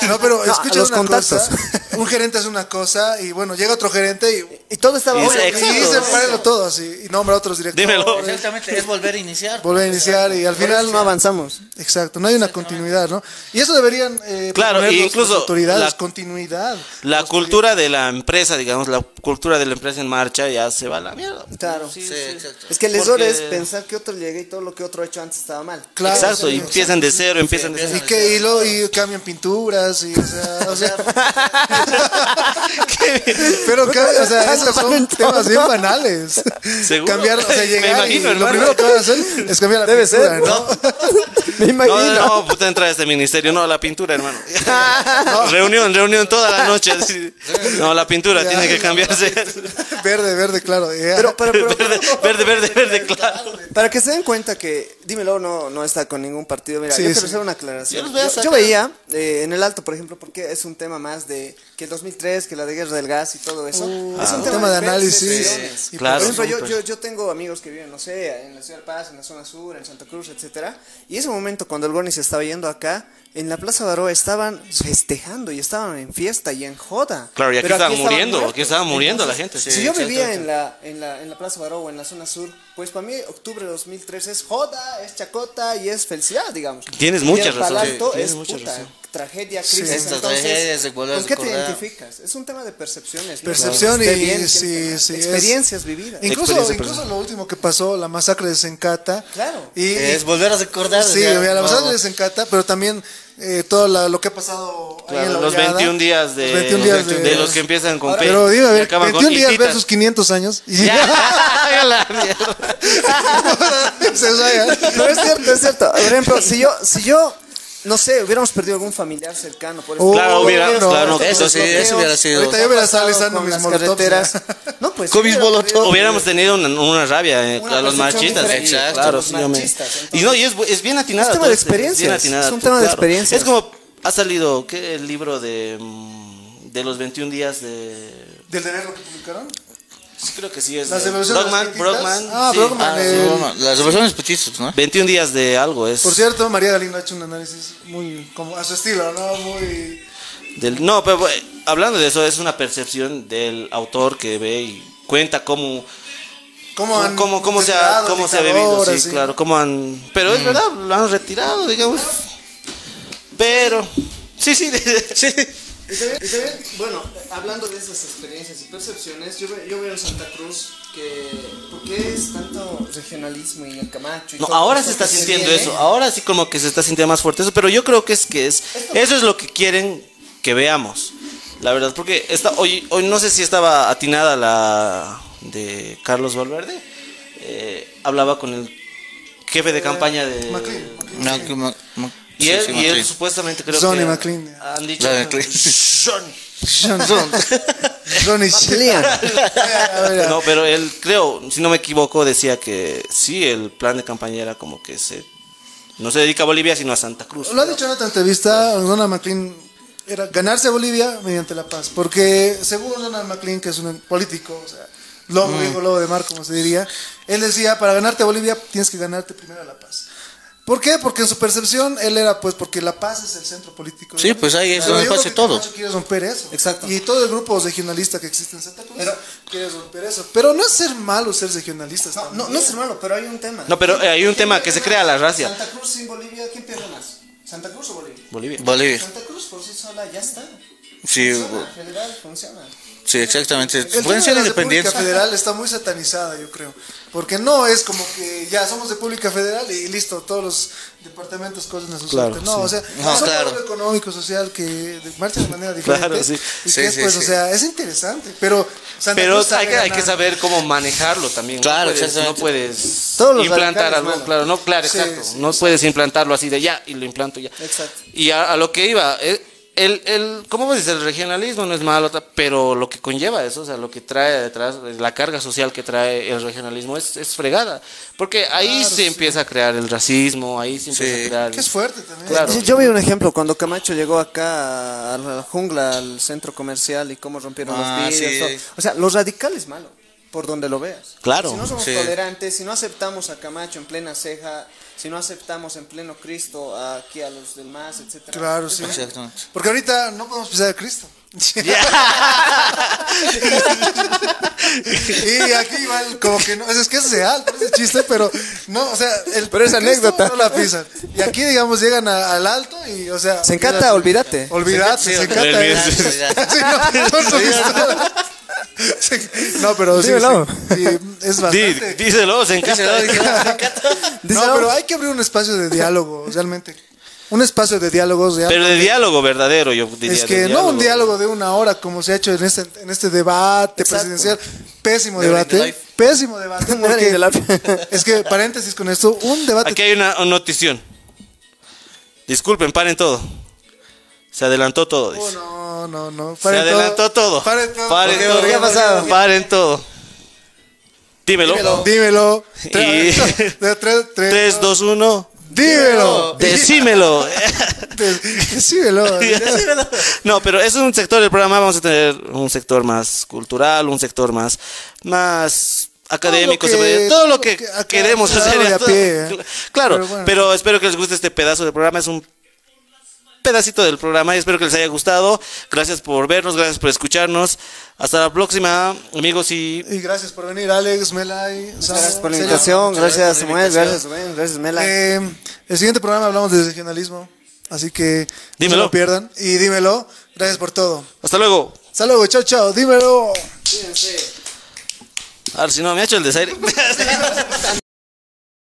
No, pero No, escucha los una contactos. cosa. Un gerente hace una cosa y bueno, llega otro gerente y. Y todo estaba Es- bueno. Y dicen, párenlo todo así. Y nombra a otros directores. Dímelo. Exactamente, es volver a iniciar. Vuelve a iniciar y al Al final. final no avanzamos. Exacto, no hay una continuidad, ¿no? Y eso deberían. Eh, Claro, proponer e los- incluso las autoridades, la- continuidad. La cultura de la empresa, digamos, la cultura de la empresa en marcha ya se va a la mierda. Claro. Sí, exacto. Es que el error Porque- es pensar que otro llegue y todo lo que otro ha hecho antes estaba mal. Claro, Exacto, sí, y empiezan de cero, empiezan de empiezan Y cero. que y luego- y cambian pinturas y o sea, o sea, pero ca- o sea, esos son temas bien banales. ¿Seguro? Cambiar, o sea, Me llegar imagino, y lo hermano. primero que van a hacer es cambiar la Debe pintura, ser, ¿no? Me imagino. No, no, puta, entra a este ministerio. No, la pintura, hermano. Reunión, reunión toda la noche. así. No, la pintura tiene que cambiarse. Verde, verde, claro. eh, ah, ya. Pero, pero, pero- Verde, verde, verde, verde, claro. para que se den cuenta que, dímelo, no, no está con ningún partido. Mira, Sí, yo quiero sí. hacer una Yo los aclaración. voy a Yo, yo sacar. veía eh, en el alto, por ejemplo, porque es un tema más de que el 2003, que la de guerra del gas y todo eso. es Uh, ah, un tema de análisis. percepciones. y Claro. Por ejemplo, yo, súper. yo, yo tengo amigos que viven, no sé, en la Ciudad de Paz, en la zona sur, en Santa Cruz, etcétera. Y ese momento cuando el Gorni se estaba yendo acá, en la Plaza Baroa estaban festejando y estaban en fiesta y en joda. Claro, y aquí Pero estaban estaban muriendo, muertos. aquí estaba muriendo la gente. Si yo vivía en la, en la, en la Plaza Baró o en la zona sur, pues para mí octubre de 2003 es joda, es chacota y es felicidad, digamos. Tienes Y mucha el razón, Palalto sí, tienes es mucha puta, razón. tragedia, crisis. Estas Entonces, tragedias de volver a ¿Con qué te recordar. identificas? Es un tema de percepciones. ¿no? Percepción Te y- bien, sí, tienes- sí, es- Experiencias vividas. Incluso, Experiencia incluso personal. lo último que pasó, la masacre de Sencata. Claro. Y, y- Es volver a recordar. sí, ya, mira, la no. Ah, masacre de Sencata, pero también eh, todo la- lo que ha pasado ahí Claro, en la los hollada. 21 días de, Los 21 días de, de, los que empiezan con P Pero dime, a y ver, acaban 21 con días hititas. versus 500 años. Y Ya, ya la mierda. se vaya. No es cierto, es cierto. Por ejemplo, si yo, si yo No sé, hubiéramos perdido algún familiar cercano. Por Oh, Claro, hubiera- no, claro, no, eso sí, eso hubiera sido. Ahorita ya verás a Alex Pasado dando con mis las molotovs. carreteras. No, pues. Con mis hubiera molotovs. podido- Hubiéramos tenido una, una rabia eh, Una a los percepción machistas. diferente. Exacto, Claro, los sí, yo me- machistas, entonces. Y no, y es, bu- es bien atinada. Es tema todo de este, bien experiencias, atinada, es un tema de claro. experiencias. Es como ha salido ¿qué? el libro de, mm, de los 21 días de. ¿Del de negro que publicaron? Sí, creo que sí es. Las de evoluciones Brockman, distintas. Brockman, eh. Ah, sí. Brockman. Ah, el- no, no, las versiones putistas, ¿no? 21 días de algo es. Por cierto, María Galindo ha hecho un análisis muy como a su estilo, ¿no? Muy Del, no, pero eh, hablando de eso, es una percepción del autor que ve y cuenta cómo, cómo han cómo, cómo, cómo se, ha, censurado cómo se ha vivido. dictadoras, Sí, sí. claro, cómo han. Mm. Pero es verdad, lo han retirado, digamos. Pero. Sí, sí, sí. ¿Está bien? ¿Está bien? Bueno, hablando de esas experiencias y percepciones, yo, ve- yo veo en Santa Cruz que. ¿Por qué es tanto regionalismo y el Camacho? y No, todo ahora se esto está que sintiendo viene? eso. Ahora sí como que se está sintiendo más fuerte eso. Pero yo creo que es que es eso es lo que quieren que veamos. La verdad, porque esta, hoy, hoy no sé si estaba atinada la de Carlos Valverde. Eh, hablaba con el jefe de campaña de McLean, McLean. No, que ma- ma- y sí, él, sí, y Madrid. él supuestamente creo Johnny que McLean. han dicho Johnny McLean. Johnny. John, John. Johnny Lean. A ver, No, pero él creo, si no me equivoco, decía que sí, el plan de campaña era como que se no se dedica a Bolivia sino a Santa Cruz. Lo ha dicho en otra entrevista, Donald McLean era ganarse a Bolivia mediante la paz, porque según Donald McLean, que es un político, o sea, lobo, Mm. viejo lobo de mar, como se diría, él decía, para ganarte a Bolivia tienes que ganarte primero la paz. ¿Por qué? Porque en su percepción él era, pues, porque la paz es el centro político. de Sí, Bolivia. pues ahí es Pero donde yo creo pasa que todo. Camacho quiere romper eso. Exacto. Y todo el grupo regionalista que existe en Santa Cruz quiere romper eso. Pero no es ser malo ser regionalistas. No, no, no es hermano, pero hay un tema. No, pero eh, hay un tema que se crea la racia. Santa Cruz sin Bolivia, ¿quién pierde más? ¿Santa Cruz o Bolivia? Bolivia. Bolivia. Santa Cruz por sí sola ya está. Sí, Funciona, federal, funciona. sí, exactamente. El Pues tema Pueden ser de la República independientes. Federal está muy satanizada, yo creo. Porque no es como que ya somos de República Federal y listo, todos los departamentos corren a su Claro, suerte. No, o sea, No, es un claro. modelo económico, social que de- marcha de manera diferente. Claro, sí. Y Sí, que, sí, pues, o sí. sea, es interesante. Pero, Santa Pero Cruz sabe hay que, hay que ganar. saber cómo manejarlo también. Claro, no puedes, no exactamente. puedes Todos los implantar radicales algo, malos. claro, no, claro, Sí, exacto. sí, no puedes implantarlo así de ya y lo implanto ya. Exacto. Y a, a lo que iba, eh, el, el, ¿cómo vos dices? El regionalismo no es malo, ta- pero lo que conlleva eso, o sea, lo que trae detrás, eh, la carga social que trae el regionalismo es, es fregada. Porque ahí se empieza a crear el racismo, ahí se empieza Sí. a crear. Que es fuerte también. Claro. Yo, yo vi un ejemplo cuando Camacho llegó acá a la jungla, al centro comercial y cómo rompieron Ah, los vidrios. sí. todo. O sea, los radicales malo, por donde lo veas. Claro. Si no somos Sí. tolerantes, si no aceptamos a Camacho en plena ceja, si no aceptamos en pleno Cristo aquí a los del MAS, etcétera. Claro, sí. Pues Exactamente. Porque ahorita no podemos pisar a Cristo. y aquí igual como que no, es que es real, es chiste, pero no, o sea, el Pero es Cristo anécdota. no la pisan. Y aquí digamos llegan a- al alto y o sea, Se encanta, olvídate. olvidate, se encanta. olvídate. Sí, no, no, no, no. No, pero sí, Dímelo. sí, sí, es Di- bastante. díselo, se encanta. No, pero hay que abrir un espacio de diálogo, realmente. Un espacio de diálogos real. Pero de diálogo verdadero, yo diría. Es de que no un diálogo de una hora como se ha hecho en este, en este debate presidencial. Pésimo De Bring the debate. Life. Pésimo debate. Bring porque- the Life. es que paréntesis con esto, un debate. Aquí hay una una notición. Disculpen, paren todo. Se adelantó todo, dice. Oh, no, no, no. Se Paren todo. adelantó todo. Paren todo. Paren Porque- todo. porque ha pasado. Paren todo. Dímelo. Dímelo. Y- Tres, tres, tres, 3, 2, 1. Dímelo. Decímelo. Dímelo. No, pero es un sector del programa. Vamos a tener un sector más cultural, un sector más, más académico. que- se puede- Todo lo que, todo lo que acá queremos se hacer. habla de a todo- pie, ¿eh? Claro, Pero bueno. pero espero que les guste este pedazo del programa. Es un pedacito del programa y espero que les haya gustado. Gracias por vernos, gracias por escucharnos. Hasta la próxima, amigos y Y gracias por venir, Alex, Melay. Sam, Gracias por la Celia. invitación, Muchas gracias gracias por la Samuel, gracias Rubén, gracias Mela. Eh, el siguiente programa hablamos de regionalismo. Así que no se Dímelo. lo pierdan. Y dímelo. Gracias por todo. hasta luego. Hasta luego, chao, chao, dímelo. A ver si no me ha hecho el desaire.